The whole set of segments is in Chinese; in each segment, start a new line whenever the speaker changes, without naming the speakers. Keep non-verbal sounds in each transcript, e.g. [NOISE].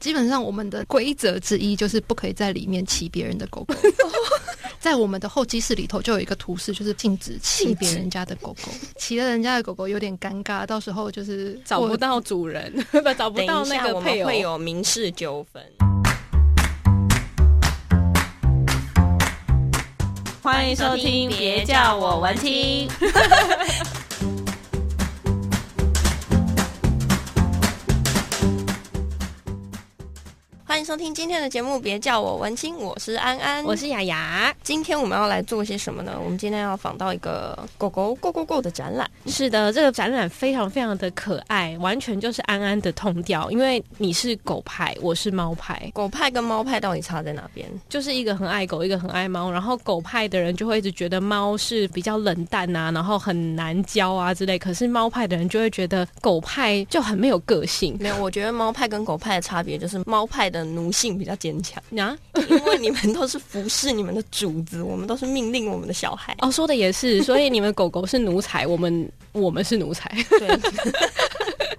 基本上我们的规则之一就是不可以在里面骑别人的狗狗，在我们的候机室里头就有一个图示，就是禁止骑别人家的狗狗，骑了人家的狗狗有点尴尬，到时候就是
找不
我
到主人，不找不
等
到
一
那
下
个
我
配
们
偶
会。有民事纠纷。
欢
迎收听别叫我文青。欢迎收听今天的节目，别叫我文青，我是安
[LAUGHS]
安，
我是雅雅，
今天我们要来做些什么呢？我们今天要访到一个狗狗 Go Go Go 的展览，
是的，这个展览非常非常的可爱，完全就是安安的痛调。因为你是狗派，我是猫派，
狗派跟猫派到底差在哪边？
就是一个很爱狗，一个很爱猫。然后狗派的人就会一直觉得猫是比较冷淡啊，然后很难教啊之类。可是猫派的人就会觉得狗派就很没有个性
[LAUGHS] 没有，我觉得猫派跟狗派的差别就是猫派的奴性比较坚 [LAUGHS] 强，
啊。
因为你们都是服侍你们的主子，我们都是命令我们的小孩。
哦，说的也 [LAUGHS] 是，所以你们狗狗是奴才，我们我们是奴 [LAUGHS] 才。
对。 [LAUGHS]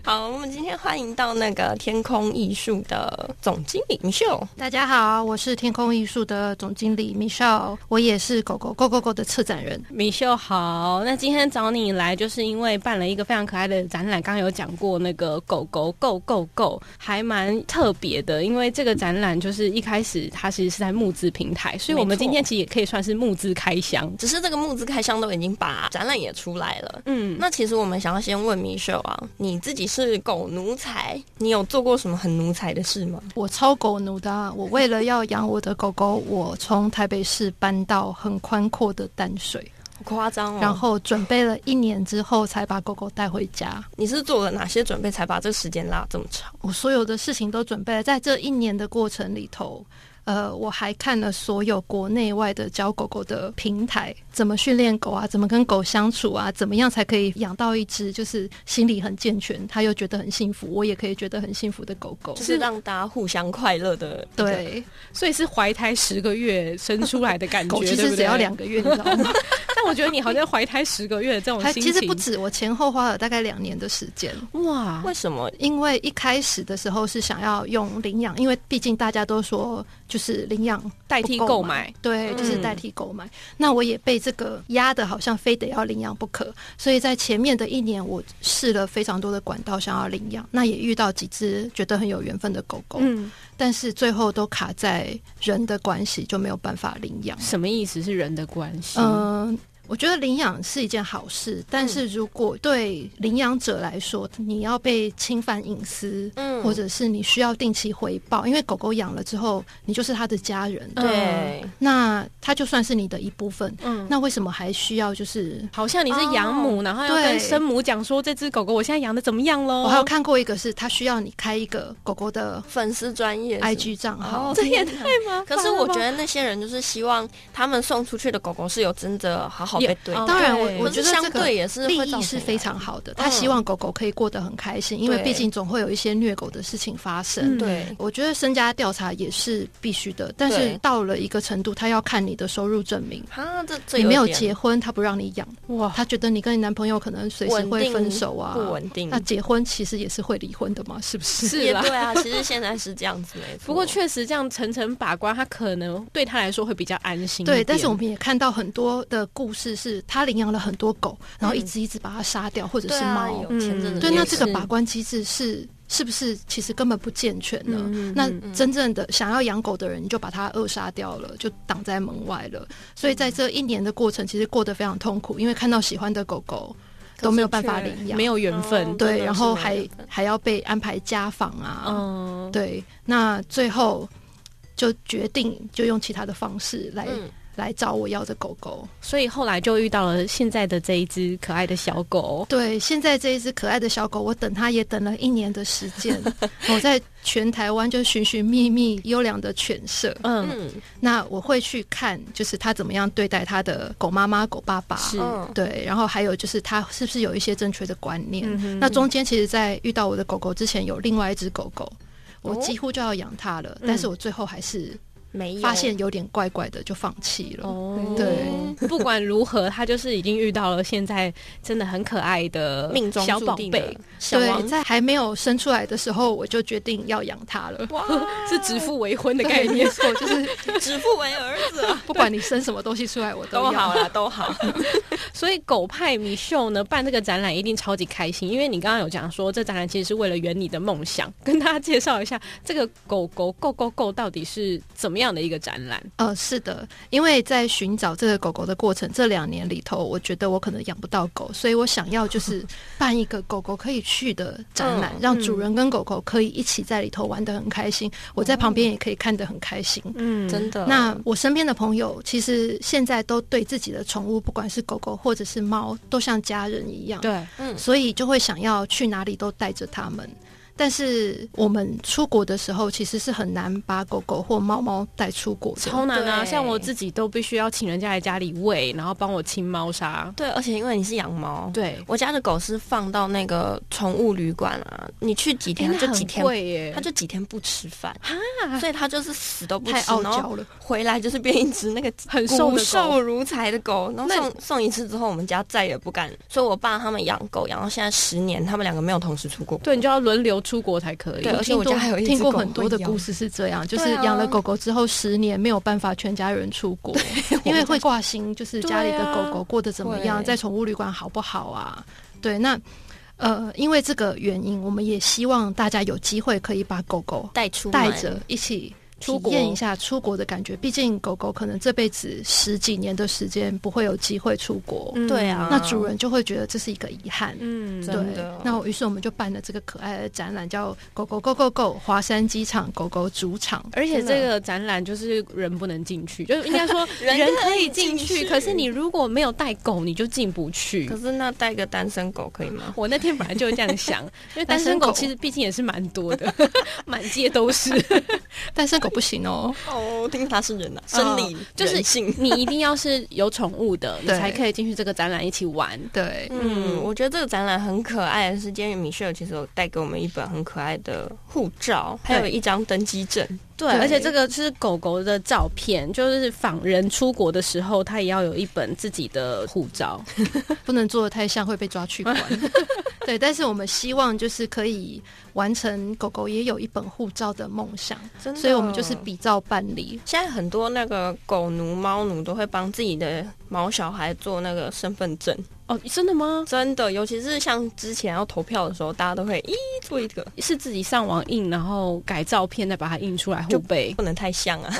好，我们今天欢迎到那个天空艺术的总经理明秀。
大家好，我是天空艺术的总经理 Michelle，我也是狗狗 Go Go Go 的策展人。
米秀好，那今天找你来，就是因为办了一个非常可爱的展览。刚刚有讲过那个狗狗 Go Go Go，还蛮特别的，因为这个展览就是一开始它其实是在募资平台，所以我们
没错
今天其实也可以算是募资开箱。
只是这个募资开箱都已经把展览也出来了。
嗯，
那其实我们想要先问米秀啊，你自己是狗奴才，你有做过什么很奴才的事吗？
我超狗奴的啊、我为了要养我的狗狗，我从台北市搬到很宽阔的淡水，
好夸张哦！
然后准备了一年之后才把狗狗带回家。
你是做了哪些准备，才把这个时间拉这么长？
我所有的事情都准备了，在这一年的过程里头，呃，我还看了所有国内外的教狗狗的平台，怎么训练狗啊，怎么跟狗相处啊，怎么样才可以养到一只就是心理很健全，它又觉得很幸福，我也可以觉得很幸福的狗狗
就。是让大家互相快乐的。，
对，
所以是怀胎十个月生出来的感 [LAUGHS] 觉，
狗其实
对不
只
对
要两。个月，你知道 [LAUGHS] 吗？
但我觉得你好像怀胎十个月的这种
还
心
其
情，
实不止，我前后花了大概两年的时间。
哇，
为什么？
因为一开始的时候是想要用领养，因为毕竟大家都说就是领养
代
不
替
够
购
嘛
买，嗯
对，就是代替购买。那我也被这个压的，好像非得要领养不可，所以在前面的一年，我试了非常多的管道想要领养，那也遇到几只觉得很有缘分的狗狗，
嗯，
但是最后都卡在人的关系，就没有办法领养。
什么意思？是人的关系？
嗯、我觉得领养是一件好事，但是
嗯
如果对领养者来说，你要被侵犯隐私，
嗯
或者是你需要定期回报，因为狗狗养了之后，你就是它的家人，
对，
那它就算是你的一部分。
嗯
那为什么还需要就是？
好像你是养母，然后要
对
跟生母讲说这只狗狗我现在养的怎么样喽？
哦
我还有看过一个是，它需要你开一个狗狗的
粉丝专业是
IG 账号
哦，
这也
天哪
太麻烦
可
了吧。
是我觉得那些人就是希望他们送出去的狗狗是有真的好好被
也
对
哦
待，
当然我，
对
我觉
可
得
是
这
相
个
对也是
利
会造
益是
成
非
压
常
力嗯
好的。他希望狗狗可以过得很开心，因为
对
毕竟总会有一些虐狗的事情发生。
嗯
对。
我觉得身家调查也是必须的，但
对
是到了一个程度，他要看你的收入证明。
啊，这这
你没有
点哦
结婚，他不让你养，
哇，
他觉得你跟你男朋友可能随时
稳
会
定
分手啊。
不稳定
那，结婚其实也是会离婚的嘛，是不是？
是
也
啦。
对啊，其实现在是这样子 [LAUGHS] 没错。
不过确实这样层层把关，他可能对他来说会比较安心一点。
对，但是我们也看到很多的故事是，他领养了很多狗，然后一
嗯
直一直把它杀掉，或者
对
是
啊，
猫
有。前阵
嗯
子
对，
也
那
是
这个把关机制是是不是其实根本不健全呢？
嗯嗯
那
嗯
真正的想要养狗的人，你就把它扼杀掉了，就挡在门外了。所以
嗯
在这一年的过程，其实过得非常痛苦，因为看到喜欢的狗狗都没有办法领养，
没有缘分
哦。真的
对，
是
然后
没有
还
缘分
还要被安排家访啊，
嗯，
对，那最后就决定就用其他的方式来、
嗯
来找我要的狗狗。
所以后来就遇到了现在的这一只可爱的小狗。
对，现在这一只可爱的小狗，我等它也等了一年的时
[LAUGHS]
间。我在全台湾就寻寻觅觅优良的犬舍，
嗯，
嗯
那我会去看，就是它怎么样对待它的狗妈妈、狗爸爸。
是
嗯
对，然后还有就是它是不是有一些正确的观念？
嗯哼
那中间其实，在遇到我的狗狗之前，有另外一只狗狗，我
哦
嗯
几乎就要养它了，但是我最后还是
没有
发现有点怪怪的，就放弃了。
哦，
对，
不管如何，他就是已经遇到了现在真的很可爱的
命中
小
注
宝
定
贝
的，小
对，
王
在还没有生出来的时候，我就决定要养它了。
哇，
是指腹为婚的概
对，
念
没。错，就是
指腹为儿
[LAUGHS]
子啊，
不管你生什么东西出来，我都
都
要。
好啦，都好。
所以狗派米秀呢办这个展览一定超级开心，因为你刚刚有讲说这展览其实是为了圆你的梦想，跟大家介绍一下这个狗狗狗狗狗到底是怎么样的一个展览。
呃，是的，因为在寻找这个狗狗的过程，这两年里头，我觉得我可能养不到狗，所以我想要就是办一个狗狗可以去的展览，
嗯
让主人跟狗狗可以一起在里头玩得很开心，我在旁边也可以看得很开心。
嗯
真的。
那我身边的朋友，其实现在都对自己的宠物，不管是狗狗或者是猫，都像家人一样。
对，
嗯，
所以就会想要去哪里都带着它们。但是我们出国的时候，其实是很难把狗狗或猫猫带出国的。
超难啊！
对
像我自己都必须要请人家来家里喂，然后帮我清猫砂。
对，而且因为你是养猫，
对，
我家的狗是放到那个宠物旅馆啊，你去几天
哎那
它就几
很
天，
贵耶
它，就几天不吃饭，所以它就是死都不哦
太
吃，
傲
然后
娇了，
回来就是变一只那个
很瘦的
骨
狗。
瘦如柴的狗，然后
那
送送一次之后，我们家再也不敢。所以我爸他们养狗养到现在十年，他们两个没有同时出过国。
对，你就要轮流出国才可以。
对而且我家还有一只
听过
狗
很多的
会咬
故事是这样，就是
对啊
养了狗狗之后十年没有办法全家人出国，因为会挂心，就是家里的狗狗过得怎么样，
对
在宠物旅馆好不好啊？对，那呃，因为这个原因，我们也希望大家有机会可以把狗狗
带出
带
门
着一起
出
体
国
验一下出国的感觉。毕竟狗狗可能这辈子十几年的时间不会有机会出国，
嗯
对啊，
那主人就会觉得这是一个遗憾。
嗯，
对
真的，
那我于是我们就办了这个可爱的展览，叫“狗狗 Go Go Go” 华山机场狗狗主场。
而且
真的
这个展览就是人不能进去，就是应该说
人
人
可
可
以
以进
进去
去，可是你如果没有带狗，你就进不去
嗯 [LAUGHS] 可。是那带个单身狗可以吗？
我那天本来就这样想，因为单
单
身
身狗
狗其实毕竟也是蛮多的， [LAUGHS] 满街都是。
单身狗不行
[LAUGHS]
哦，
哦，听它是人啊，
生
生
理
理
人
性。
你一定要是有宠物的，你
对
才可以进去这个展览一起玩。
对，
嗯，我觉得这个展览很可爱的是，今天米秀其实有带给我们一本很可爱的护照，还有
对
一张登机证。
对，
对
而且这个是狗狗的照片，就是访人出国的时候，它也要有一本自己的护照。
不能做的太像，会被抓
[LAUGHS]
去关。对，但是我们希望就是可以完成狗狗也有一本护照的梦想，
真的
所以我们就是比照办理。
现在很多那个狗奴、猫奴都会帮自己的毛小孩做那个身份证，
哦，真的吗？
真的，尤其是像之前要投票的时候，大家都会一做一个，
是自己上网印，然后改照片，再把它印出来
就
后背，
不能太像啊。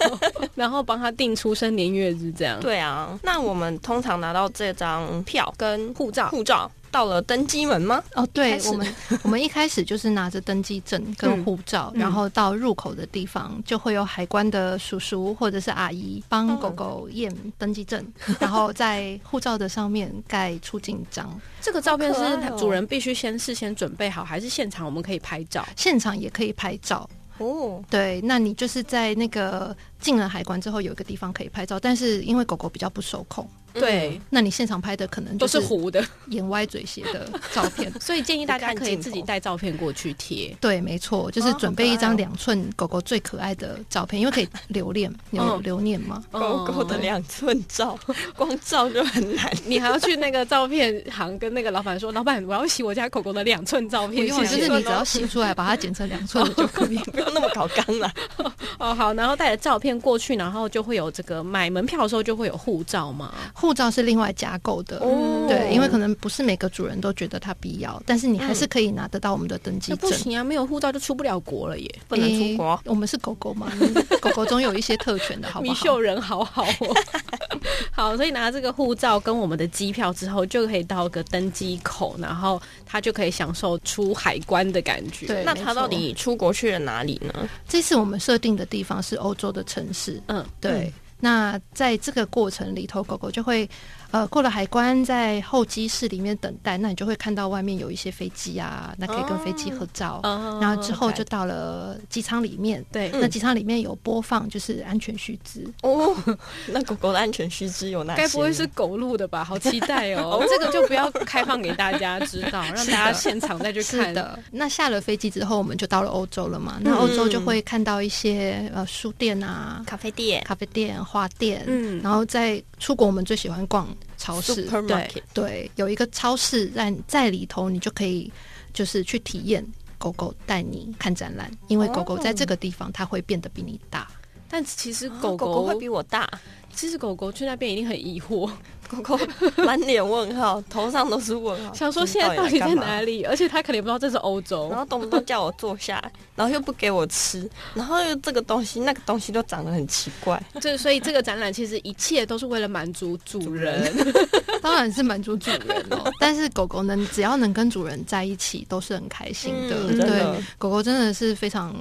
[LAUGHS] 然后帮它定出生年月日这样。
对啊，那我们通常拿到这张票跟
护照，
护照到了登机门吗？
哦，对
开，始
我们我们一开始就是拿着登记证跟护照，
嗯嗯
然后到入口的地方就会有海关的叔叔或者是阿姨帮
嗯
狗狗验登记证，然后在护照的上面盖出境章，
这个照片
好可爱
是
哦
主人必须先事先准备好，还是现场我们可以拍照？
现场也可以拍照。
哦，
对，那你就是在那个进了海关之后有一个地方可以拍照，但是因为狗狗比较不受控，
对，
那你现场拍的可能
都
就是
糊的，
眼歪嘴斜的照片。
所以建议大家可以自己
不看镜头
带照片过去贴。
对，没错，就是
哦好
准备一
可爱
张
哦
两寸狗狗最可爱的照片，因为可以留
[LAUGHS]
恋，有
嗯
留念嘛。
狗狗的
嗯
两寸照，光照就很 [LAUGHS] 难。
[LAUGHS] 你还要去那个照片行跟那个老板说，老板，我要洗我家狗狗的两寸照
不
片。
用，就
谢谢
是你只要洗出来，把它剪成两寸的就可
[LAUGHS]
以。
不要那么搞刚 [LAUGHS] 啦，
哦好，然后带着照片过去，然后就会有这个买门票的时候就会有护照嘛。
护照是另外加购的，
哦
对，因为可能不是每个主人都觉得它必要，但是你还
嗯
是可以拿得到我们的登记
那不
证。
行啊，没有护照就出不了国了耶。
不能出
诶
国。
我们是狗狗嘛，你狗狗总有一些特权的，
[LAUGHS]
好不
米
好
秀？人好好哦，好，所以拿这个护照跟我们的机票之后，就可以到个登机口，然后他就可以享受出海关的感觉。
对
那
没
他
错
到底出国去了哪里呢？
这次我们设定的地方是欧洲的城市，
嗯，
对。那在这个过程里头，狗狗就会呃过了海关，在候机室里面等待，那你就会看到外面有一些飞机啊，那可以跟飞机合照。
哦
然后之后就到了机舱里面，
对，嗯
那机舱里面有播放就是安全须知，
哦， [LAUGHS] 那狗狗的安全须知有哪些
该
呢？
不会是狗路的吧？好期待哦！这个就不要开放给大家知道，让大家现场再去看。嗯
是，的，那下了飞机之后，我们就到了欧洲了嘛。那欧洲就会看到一些呃书店啊、
咖啡店、
咖啡店、花店，
嗯
然后在出国我们最喜欢逛超市，
supermarket？
对，有一个超市在在里头，你就可以就是去体验。狗狗带你看展览，因
哦
为狗狗在这个地方它会变得比你
[LAUGHS]
大。
但其实
啊
狗
狗
狗
会比我大，
其实狗狗去那边一定很疑惑，
狗狗满脸问号，头上都是 [LAUGHS] 问
[LAUGHS]
号，
想说现在到底在哪
里？
里？而且它可能也不知道这是欧洲
然。后动不动叫我坐下，然后又不给我吃，然后又这个东西那个东西都长得很奇怪。
这所以这个展览其实一切都是为了满足主人。
当然是满足主人
[LAUGHS]
哦，但是狗狗能只要能跟主人在一起，都是很开心的。
嗯真
对
的，
狗狗真的是非常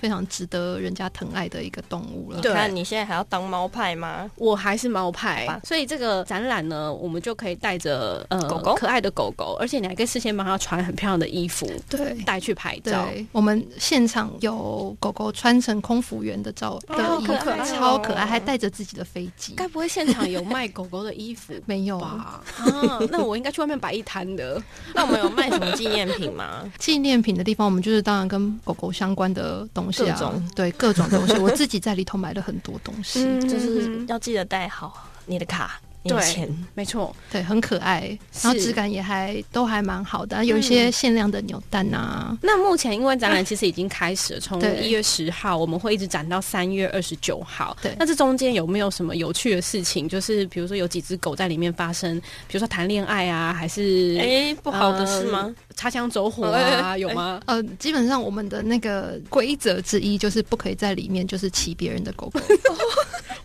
非常值得人家疼爱的一个动物了。
对
看你现在还要当猫派吗？
我还是猫派
吧，
所以这个展览呢，我们就可以带着呃
狗狗
可爱的狗狗，而且你还可以事先帮它穿很漂亮的衣服，
对
带去拍照。
对，我们现场有狗狗穿成空服员的照的
哦
衣服，
好可爱哦
超可爱，还带着自己的飞机。
该不会现场有卖狗狗的衣服
没有啊，
[LAUGHS]
吧？啊，那我应该去外面摆一摊的。
那我们有卖什么纪念
[LAUGHS]
品吗？
纪念品的地方，我们就是当然跟狗狗相关的东西啊，
各种
对各种
[LAUGHS]
东西。我自己在里头买了很多东西，
嗯
嗯就是要记得带好你的卡、你的
对
钱。
没错，
对，很可爱，然后
是
质感也还都还蛮好的，有一些限量的扭蛋啊，
那目前因为展览其实已经开始了，从
对
一月十号我们会一直展到三月二十九号。
对
那这中间有没有什么有趣的事情？就是比如说有几只狗在里面发生，比如说谈恋爱啊，还是
哎，不好的事吗？
擦枪走火啊，有吗？
呃，基本上我们的那个规则之一就是不可以在里面就是骑别人的狗
[LAUGHS]
狗。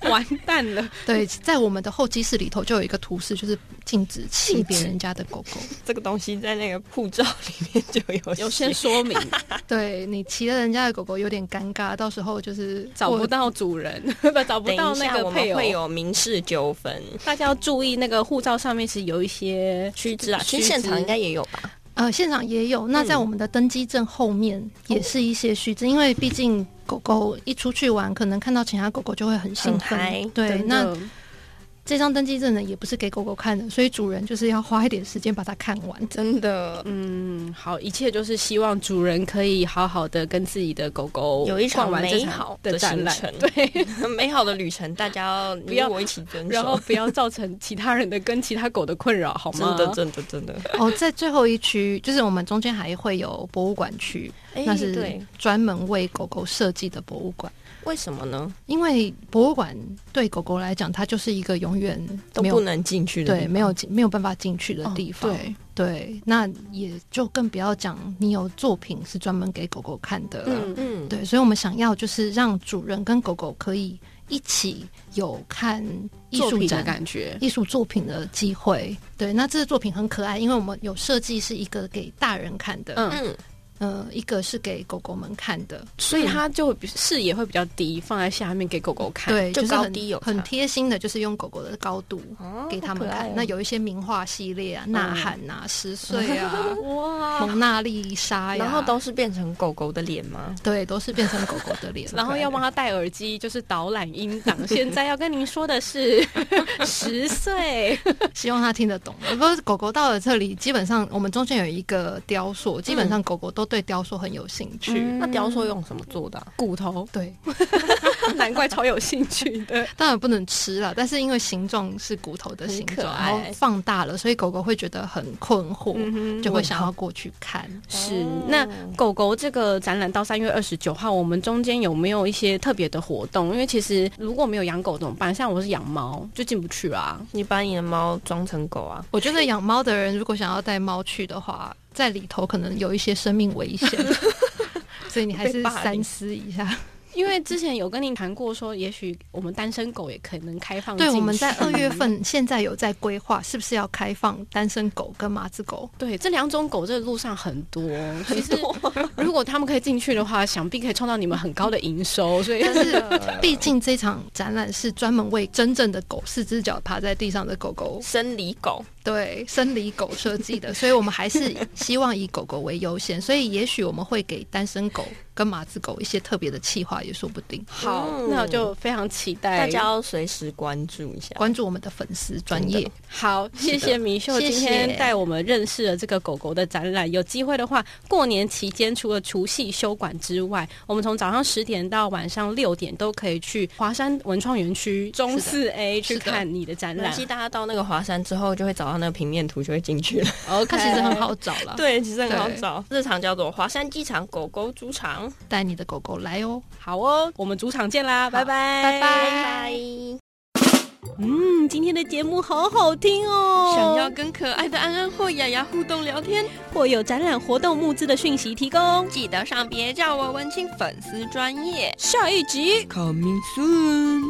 完蛋 [LAUGHS] 了，
对，在我们的候机室里头就有一个图示，就是禁止骑别人家的狗
[LAUGHS]
狗。
这个东西在那个护照里面就有
呃有
写
先说 [LAUGHS] 明，
对你骑了人家的狗狗有点尴尬，到时候就是
找不
我。
到主人，不 [LAUGHS] 找不
等
到
一
那
下
个
我
配
们
偶
会。有民事纠纷，
大家要注意，那个护照上面是有一些
须知啊，
须知
其实现场应该也有吧？
呃，现场也有。那
嗯
在我们的登机证后面也
哦
是一些须知，因为毕竟狗狗一出去玩，可能看到其他狗狗就会很兴
很嗨
奋。对，
真
那
的
这张登机证呢，也不是给狗狗看的，所以主人就是要花一点时间把它看完。
真的，
嗯，好，一切就是希望主人可以好好的跟自己的狗狗
有一
逛
场
完这
美
场
好
的展
行
览，
程，
对，
[LAUGHS] 美好的旅程，大家要你
要
我一起遵
然后
守。
不要造成其他人的跟其他狗的困扰，好
真
吗？
的，真的，真的，
[LAUGHS] 哦，在最后一区，就是我们中间还会有博物馆区，
哎
那是
对，
专门为狗狗设计的博物馆。
为什么呢？
因为博物馆对狗狗来讲，它就是一个永远
都
没
不
有
能进去的地
对
方，
没有进没有办法进去的
哦
地方。
对
对那也就更不要讲你有作品是专门给狗狗看的了。
嗯，
嗯，
对，所以我们想要就是让主人跟狗狗可以一起有看艺
作
术
品的嗯
展。
感觉，
艺术作品的机会，对，那这个作品很可爱，因为我们有设计是一个给大人看的，
嗯，
嗯，
呃，一个是给狗狗们看的，
所以它就视野会比较低，放在下面给狗狗看，，
对，
就是高
很
低有差
很贴心的，就是用狗狗的高度
哦
给他们
好可
看。
爱哦嗯
那有一些名画系列啊，《呐喊》啊，《十岁》
[LAUGHS]
啊，《
哇。
蒙娜丽莎》呀，
然后都是变成狗狗的脸吗？
对，都是变成狗狗的脸
[LAUGHS] 。然后要帮它戴耳机，就是导览音档。现在要跟您说
[LAUGHS]
的是十岁，
希望他听得懂。不过狗狗到了这里，基本上我们中间有一个雕塑，基本上狗狗都对雕塑很有兴趣。
那雕塑用什么做的啊？
骨头，
对，
难怪超有兴趣的。
当然不能吃了，但是因为形状是骨头的形状，
很可
然
爱
后放大了，所以狗狗会觉得很困惑，
嗯
就会想要过去看。
是，
哦
那狗狗这个展览到三月二十九号，我们中间有没有一些特别的活动？因为其实如果没有养狗怎么办？像我是养猫，就进不去啊。
你把你的猫装成狗啊？
我觉得养猫的人如果想要带猫去的话，在里头可能有一些生命危险，所以你还是
被霸凌
三思一下。
因为之前有跟你谈过说，也许我们单身狗也可能开放。
对，我们在二月。份现在有在规划，是不是要开放单身狗跟麻子狗？
[LAUGHS] 对，这两种狗这路上很
[LAUGHS]
多，其实如果他们可以进去的话，想必可以创造你们很高的营收。所以
但是，毕竟这场展览是专门为真正的狗四只脚爬在地上的狗狗，
[LAUGHS] 生理狗，
对生理狗设计的，所以我们还是希望以狗狗为优先。所以，也许我们会给单身狗跟麻子狗一些特别的企划，也说不定。
好，
嗯
那我就非常期待
大家要随时关注一下。
哎关注我们的粉丝专业，
好，谢谢米秀
谢
今
谢
天带我们认识了这个狗狗的展览。有机会的话，过年期间除了除夕休馆之外，我们从早上十点到晚上六点都可以去华山文创园区中四 A 去
是的
看你的展
那
览
其。实大家到那个华山之后，就会找到那个平面图，就会
[LAUGHS]
进去了。
哦，
它其实很好找了。，
对，其实很好
对
找。这场叫做华山机场狗狗猪场，
带你的狗狗来哦。
好哦，我们主场见啦，拜拜，
拜
拜
拜
拜。
嗯，今天的节目好好听哦，
想要跟可爱的安安或雅雅互动聊天，
或有展览活动募资的讯息提供，
记得上别叫我文青粉丝专业
下一集。
coming soon。